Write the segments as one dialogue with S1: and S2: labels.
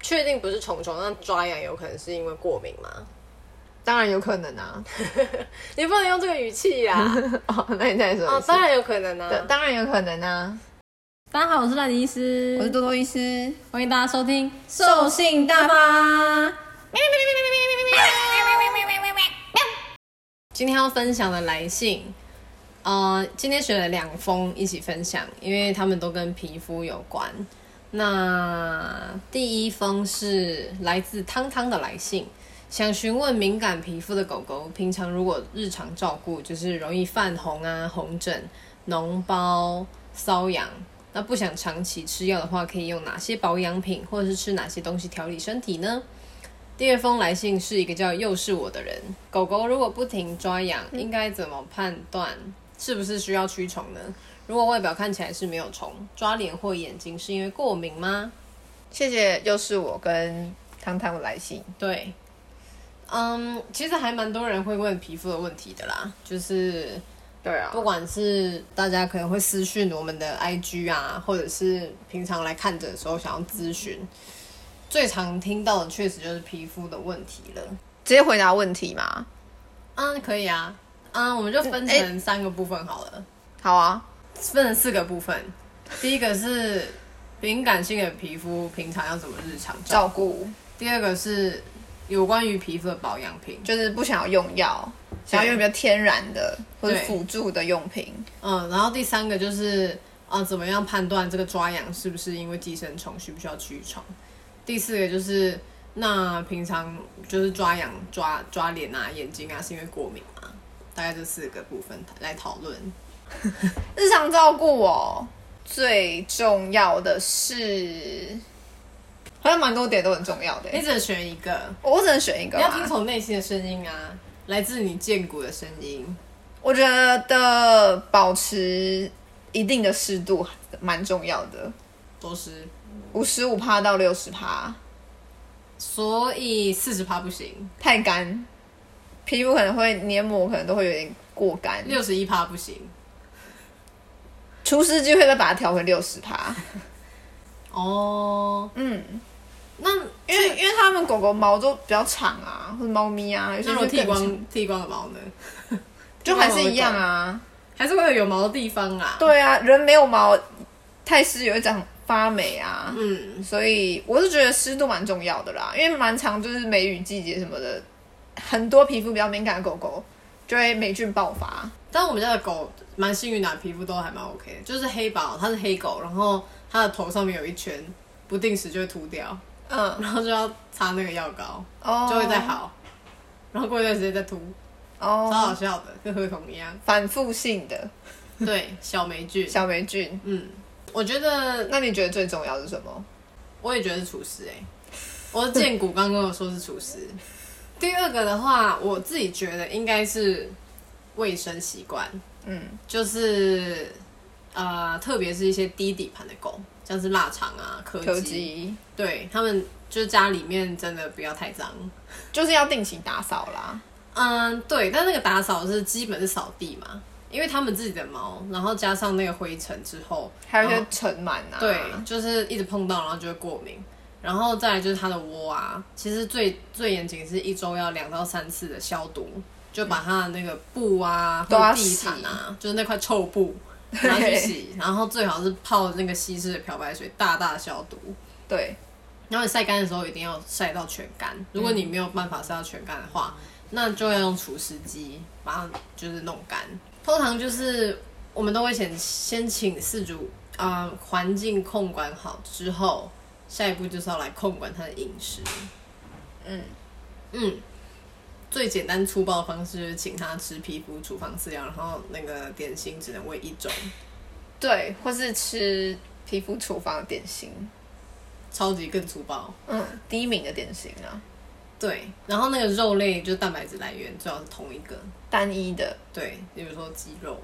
S1: 确定不是虫虫，那抓痒有可能是因为过敏吗？
S2: 当然有可能啊。
S1: 你不能用这个语气呀、
S2: 哦，那你再说一
S1: 哦，
S2: 次嗯
S1: 当然有可能
S2: 对
S1: 啊。
S2: 当然有可能啊。
S3: 大家好，我是赖迪医师，
S2: 我是多多医师，
S3: 欢迎大家收听《兽性大发》。今天要分享的来信，呃，今天选了两封一起分享，因为他们都跟皮肤有关。那第一封是来自汤汤的来信，想询问敏感皮肤的狗狗，平常如果日常照顾，就是容易泛红啊、红疹、脓包、瘙痒，那不想长期吃药的话，可以用哪些保养品，或者是吃哪些东西调理身体呢？第二封来信是一个叫“又是我的人”，狗狗如果不停抓痒，应该怎么判断是不是需要驱虫呢？如果外表看起来是没有虫，抓脸或眼睛是因为过敏吗？
S2: 谢谢，又是我跟汤汤的来信。
S3: 对，嗯，其实还蛮多人会问皮肤的问题的啦，就是
S2: 对啊
S3: 不管是大家可能会私讯我们的 IG 啊，或者是平常来看诊的时候想要咨询，最常听到的确实就是皮肤的问题了。
S2: 直接回答问题嘛。
S3: 嗯，可以啊，嗯，我们就分成三个部分好了，
S2: 好啊，
S3: 分成四个部分。第一个是敏感性的皮肤，平常要怎么日常照顾？
S2: 照顾
S3: 第二个是有关于皮肤的保养品，
S2: 就是不想要用药，想要用比较天然的或者
S3: 对
S2: 辅助的用品。
S3: 嗯，然后第三个就是啊，怎么样判断这个抓痒是不是因为寄生虫，需不需要驱虫？第四个就是那平常就是抓痒、抓抓脸啊、眼睛啊，是因为过敏吗？大概这四个部分来讨论。
S2: 日常照顾哦，最重要的是，好像蛮多点都很重要的
S3: 你
S2: 欸。
S3: 只能选一个，
S2: 我只能选一个啊
S3: 你要听
S2: 吧。
S3: 从内心的声音啊，来自你剑骨的声音。
S2: 我觉得保持一定的湿度蛮重要的，
S3: 都是，
S2: 五十五趴到六十趴，
S3: 所以四十趴不行，
S2: 太干，皮肤可能会黏膜可能都会有点过干。
S3: 六十一趴不行。
S2: 除湿机会再把它调回六十趴，
S3: 哦，
S2: 嗯，
S3: 那
S2: 因为因为他们狗狗毛都比较长啊，或者猫咪啊，有些
S3: 那如果
S2: 就
S3: 剃
S2: 更长
S3: 光剃光了毛呢？
S2: 就还是一样啊。
S3: 还是会有有毛的地方啦。
S2: 对啊，人没有毛，太湿也会长发霉啊。
S3: 嗯，
S2: 所以我是觉得湿度蛮重要的啦，因为蛮长就是梅雨季节什么的，很多皮肤比较敏感的狗狗就会霉菌爆发。
S3: 但我们家的狗蛮幸运的啊，皮肤都还蛮 OK 的，就是黑宝，它是黑狗，然后它的头上面有一圈，不定时就会秃掉，
S2: 嗯，
S3: 然后就要擦那个药膏，
S2: 哦，
S3: 就会再好，然后过一段时间再秃，超
S2: 哦，
S3: 好笑的，跟合同一样。
S2: 反复性的
S3: 对，小霉菌，
S2: 小霉菌。
S3: 嗯，我觉得
S2: 那你觉得最重要是什么？
S3: 我也觉得是厨师哎、我的建骨刚跟我说是厨 师。第二个的话，我自己觉得应该是卫生习惯，
S2: 嗯，
S3: 就是呃，特别是一些低底盘的狗，像是腊肠啊、柯
S2: 科
S3: 基，
S2: 技
S3: 对他们就是家里面真的不要太脏。
S2: 就是要定期打扫啦。
S3: 嗯，对，但那个打扫是基本是扫地嘛，因为他们自己的毛，然后加上那个灰尘之后，
S2: 还有一
S3: 然
S2: 些
S3: 后
S2: 尘螨啊，
S3: 哦对，就是一直碰到，然后就会过敏。然后再来就是它的窝啊，其实最最严谨是一周要两到三次的消毒，就把它的那个布啊、
S2: 都
S3: 或
S2: 要
S3: 者地毯啊，就是那块臭布拿 去洗，然后最好是泡那个稀释的漂白水，大大消毒。
S2: 对，
S3: 然后你晒干的时候一定要晒到全干，如果你没有办法晒到全干的话，那就要用除湿机把它就是弄干。通常就是我们都会先先请饲主啊环、境控管好之后，下一步就是要来控管它的饮食。
S2: 嗯
S3: 嗯，最简单粗暴的方式就是请它吃皮肤处方饲料，然后那个点心只能喂一种，
S2: 对，或是吃皮肤处方的点心，
S3: 超级更粗暴。
S2: 嗯，第一名的点心啊，
S3: 对，然后那个肉类就是蛋白质来源最好是同一个。
S2: 单一的，
S3: 对，比如说肌肉。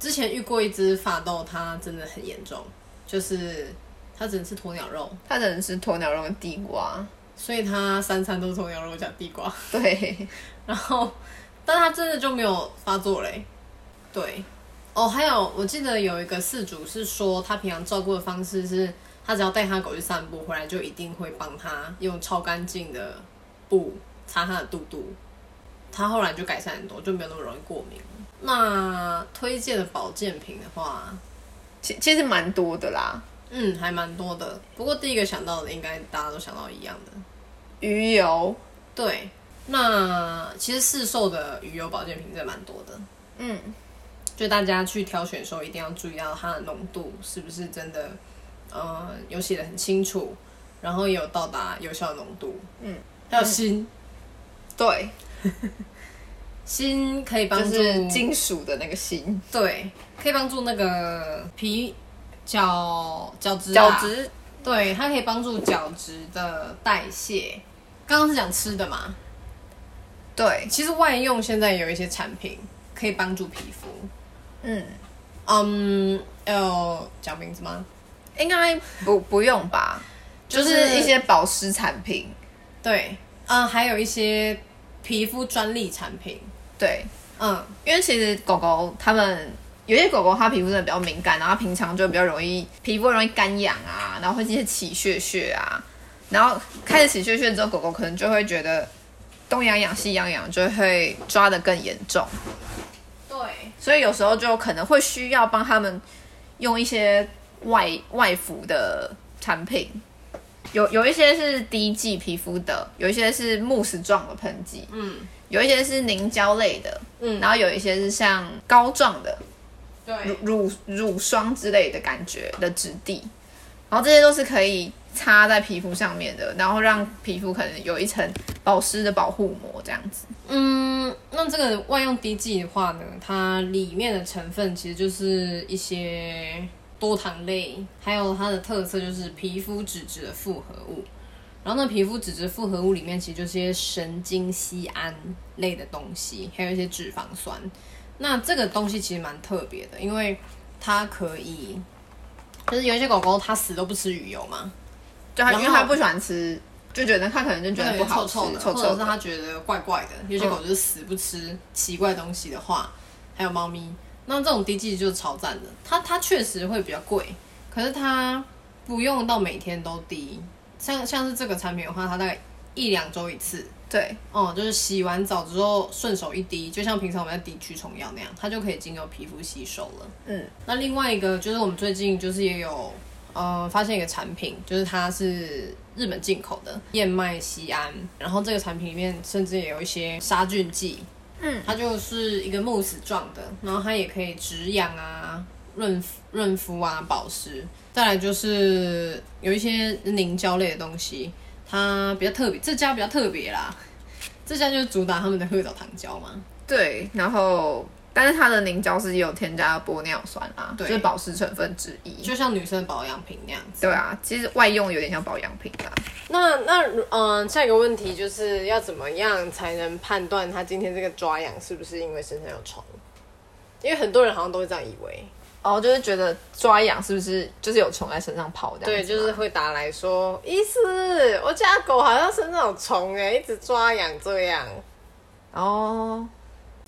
S3: 之前遇过一只发豆，它真的很严重，就是它只能吃鸵鸟肉，
S2: 它只能吃鸵鸟肉跟地瓜，
S3: 所以它三餐都鸵鸟肉加地瓜。
S2: 对，
S3: 然后，但它真的就没有发作嘞、对，哦，还有我记得有一个饲主是说，他平常照顾的方式是，他只要带他的狗去散步，回来就一定会帮他用超干净的布擦他的肚肚。他后来就改善很多，就没有那么容易过敏了。那推荐的保健品的话，
S2: 其其实蛮多的啦，
S3: 嗯，还蛮多的。不过第一个想到的，应该大家都想到一样的，
S2: 鱼油，
S3: 对。那其实市售的鱼油保健品真的蛮多的，
S2: 嗯，
S3: 就大家去挑选的时候一定要注意到它的浓度是不是真的，呃，有写的很清楚，然后也有到达有效的浓度，嗯，还有锌，
S2: 对，
S3: 锌可以帮
S2: 就
S3: 助
S2: 是金属的那个锌，
S3: 对，可以帮助那个皮角角质
S2: 角
S3: 啊
S2: 质，
S3: 对，它可以帮助角质的代谢。刚刚是讲吃的嘛，
S2: 对，
S3: 其实外用现在有一些产品可以帮助皮肤。
S2: 嗯，
S3: 嗯，要讲名字吗？
S2: 应该不不用吧，
S3: 就
S2: 就是是一些保湿产品，
S3: 对，嗯，还有一些皮肤专利产品。
S2: 对，
S3: 嗯，
S2: 因为其实狗狗它们有些狗狗它皮肤真的比较敏感，然后它平常就比较容易皮肤会容易干痒啊，然后会一些起屑屑啊，然后开始起屑屑之后，狗狗可能就会觉得东痒痒西痒痒，就会抓得更严重，
S3: 对，
S2: 所以有时候就可能会需要帮它们用一些外外敷的产品。有有一些是滴剂皮肤的，有一些是慕斯状的喷剂，
S3: 嗯
S2: 有一些是凝胶类的，
S3: 嗯，
S2: 然后有一些是像膏状的乳
S3: 对
S2: 乳乳霜之类的感觉的质地，然后这些都是可以擦在皮肤上面的，然后让皮肤可能有一层保湿的保护膜这样子。
S3: 嗯，那这个外用滴剂的话呢，它里面的成分其实就是一些多糖类，还有它的特色就是皮肤脂质的复合物。然后呢，皮肤脂质复合物里面其实就是一些神经酰胺类的东西，还有一些脂肪酸。那这个东西其实蛮特别的，因为它可以，就是有一些狗狗它死都不吃鱼油嘛，
S2: 就它
S3: 然
S2: 因
S3: 后
S2: 为它不喜欢吃，就觉得它可能就觉得不好吃，
S3: 臭
S2: 臭
S3: 的，嗯
S2: 臭
S3: 或者是它觉得怪怪的。有些狗就是死不吃奇怪东西的话，还有猫咪，那这种滴剂就是超赞的。它它确实会比较贵，可是它不用到每天都滴。像像是这个产品的话，它大概一两周一次，
S2: 对，
S3: 哦、就是洗完澡之后顺手一滴，就像平常我们在滴驱虫药那样，它就可以经由皮肤吸收了。
S2: 嗯，
S3: 那另外一个就是我们最近就是也有呃发现一个产品，就是它是日本进口的燕麦酰胺，然后这个产品里面甚至也有一些杀菌剂，
S2: 嗯，
S3: 它就是一个慕斯状的，然后它也可以止痒啊、润肤润肤啊、保湿。再来就是有一些凝胶类的东西，它比较特别，这家比较特别啦，这家就是主打他们的褐藻糖胶嘛，
S2: 对，然后。但是它的凝胶是也有添加玻尿酸啊，就
S3: 对
S2: 是保湿成分之一。
S3: 就像女生的保养品那样子。
S2: 对啊，其实外用有点像保养品啊啦。
S1: 那那嗯、呃下一个问题就是要怎么样才能判断它今天这个抓痒是不是因为身上有虫？因为很多人好像都会这样以为，
S2: 哦，就是觉得抓痒是不是就是有虫在身上跑这
S1: 对，
S2: 样子啊
S1: 就
S2: 吗？
S1: 是会打来说，医师，我家的狗好像身上有虫哎、一直抓痒这样。
S2: 哦，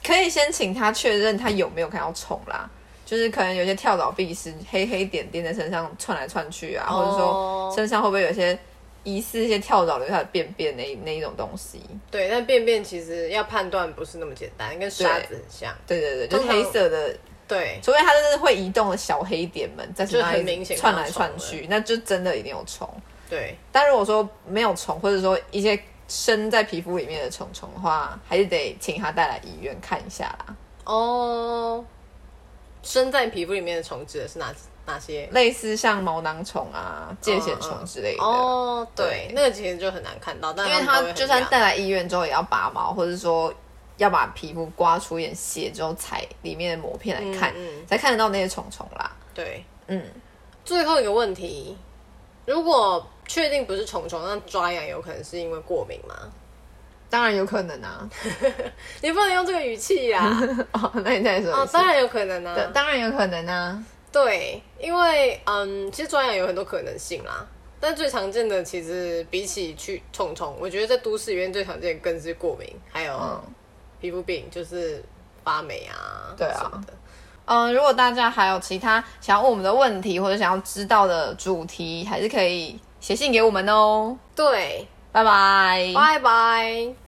S2: 可以先请他确认他有没有看到虫啦，就是可能有些跳蚤、蜱是黑黑点点在身上窜来窜去啊，或者说
S1: 哦
S2: 身上会不会有一些疑似一些跳蚤留下的便便那一那一种东西？
S1: 对，但便便其实要判断不是那么简单，跟沙子很像。
S2: 对对对，就是
S1: 通常
S2: 黑色的，
S1: 对，
S2: 除非它真的是会移动的小黑点们在身
S1: 就很
S2: 上一
S1: 明
S2: 直
S1: 显
S2: 窜
S1: 看
S2: 来
S1: 到
S2: 窜
S1: 虫
S2: 去，那就真的一定有虫。
S1: 对，
S2: 但如果说没有虫，或者说一些生在皮肤里面的虫虫的话，还是得请他带来医院看一下啦。
S1: 哦，生在皮肤里面的虫指的是哪哪些？
S2: 类似像毛囊虫啊、疥癣虫之类的。
S1: 哦，对，
S2: 对
S1: 那个其实就很难看到，但
S2: 因为
S1: 它
S2: 它就算带来医院之后，也要拔毛，或者说要把皮肤刮出一点血之后，采里面的膜片来看，
S1: 嗯嗯
S2: 才看得到那些虫虫啦。
S1: 对。
S2: 嗯，
S1: 最后一个问题，如果确定不是虫虫，那抓痒有可能是因为过敏吗？
S2: 当然有可能啊。
S1: 你不能用这个语气呀、
S2: 哦，那你再说
S1: 啊！
S2: 一次。
S1: 当然有可能
S2: 对
S1: 啊，
S2: 当然有可能啊。
S1: 对，因为嗯，其实抓痒有很多可能性啦。但最常见的其实比起去虫虫，我觉得在都市里面最常见的更是过敏，还有
S2: 嗯，
S1: 皮肤病，就是发霉啊，
S2: 对啊
S1: 什么的。
S2: 嗯，如果大家还有其他想要问我们的问题，或者想要知道的主题，还是可以写信给我们哦。
S1: 对，
S2: 拜拜。
S1: 拜拜。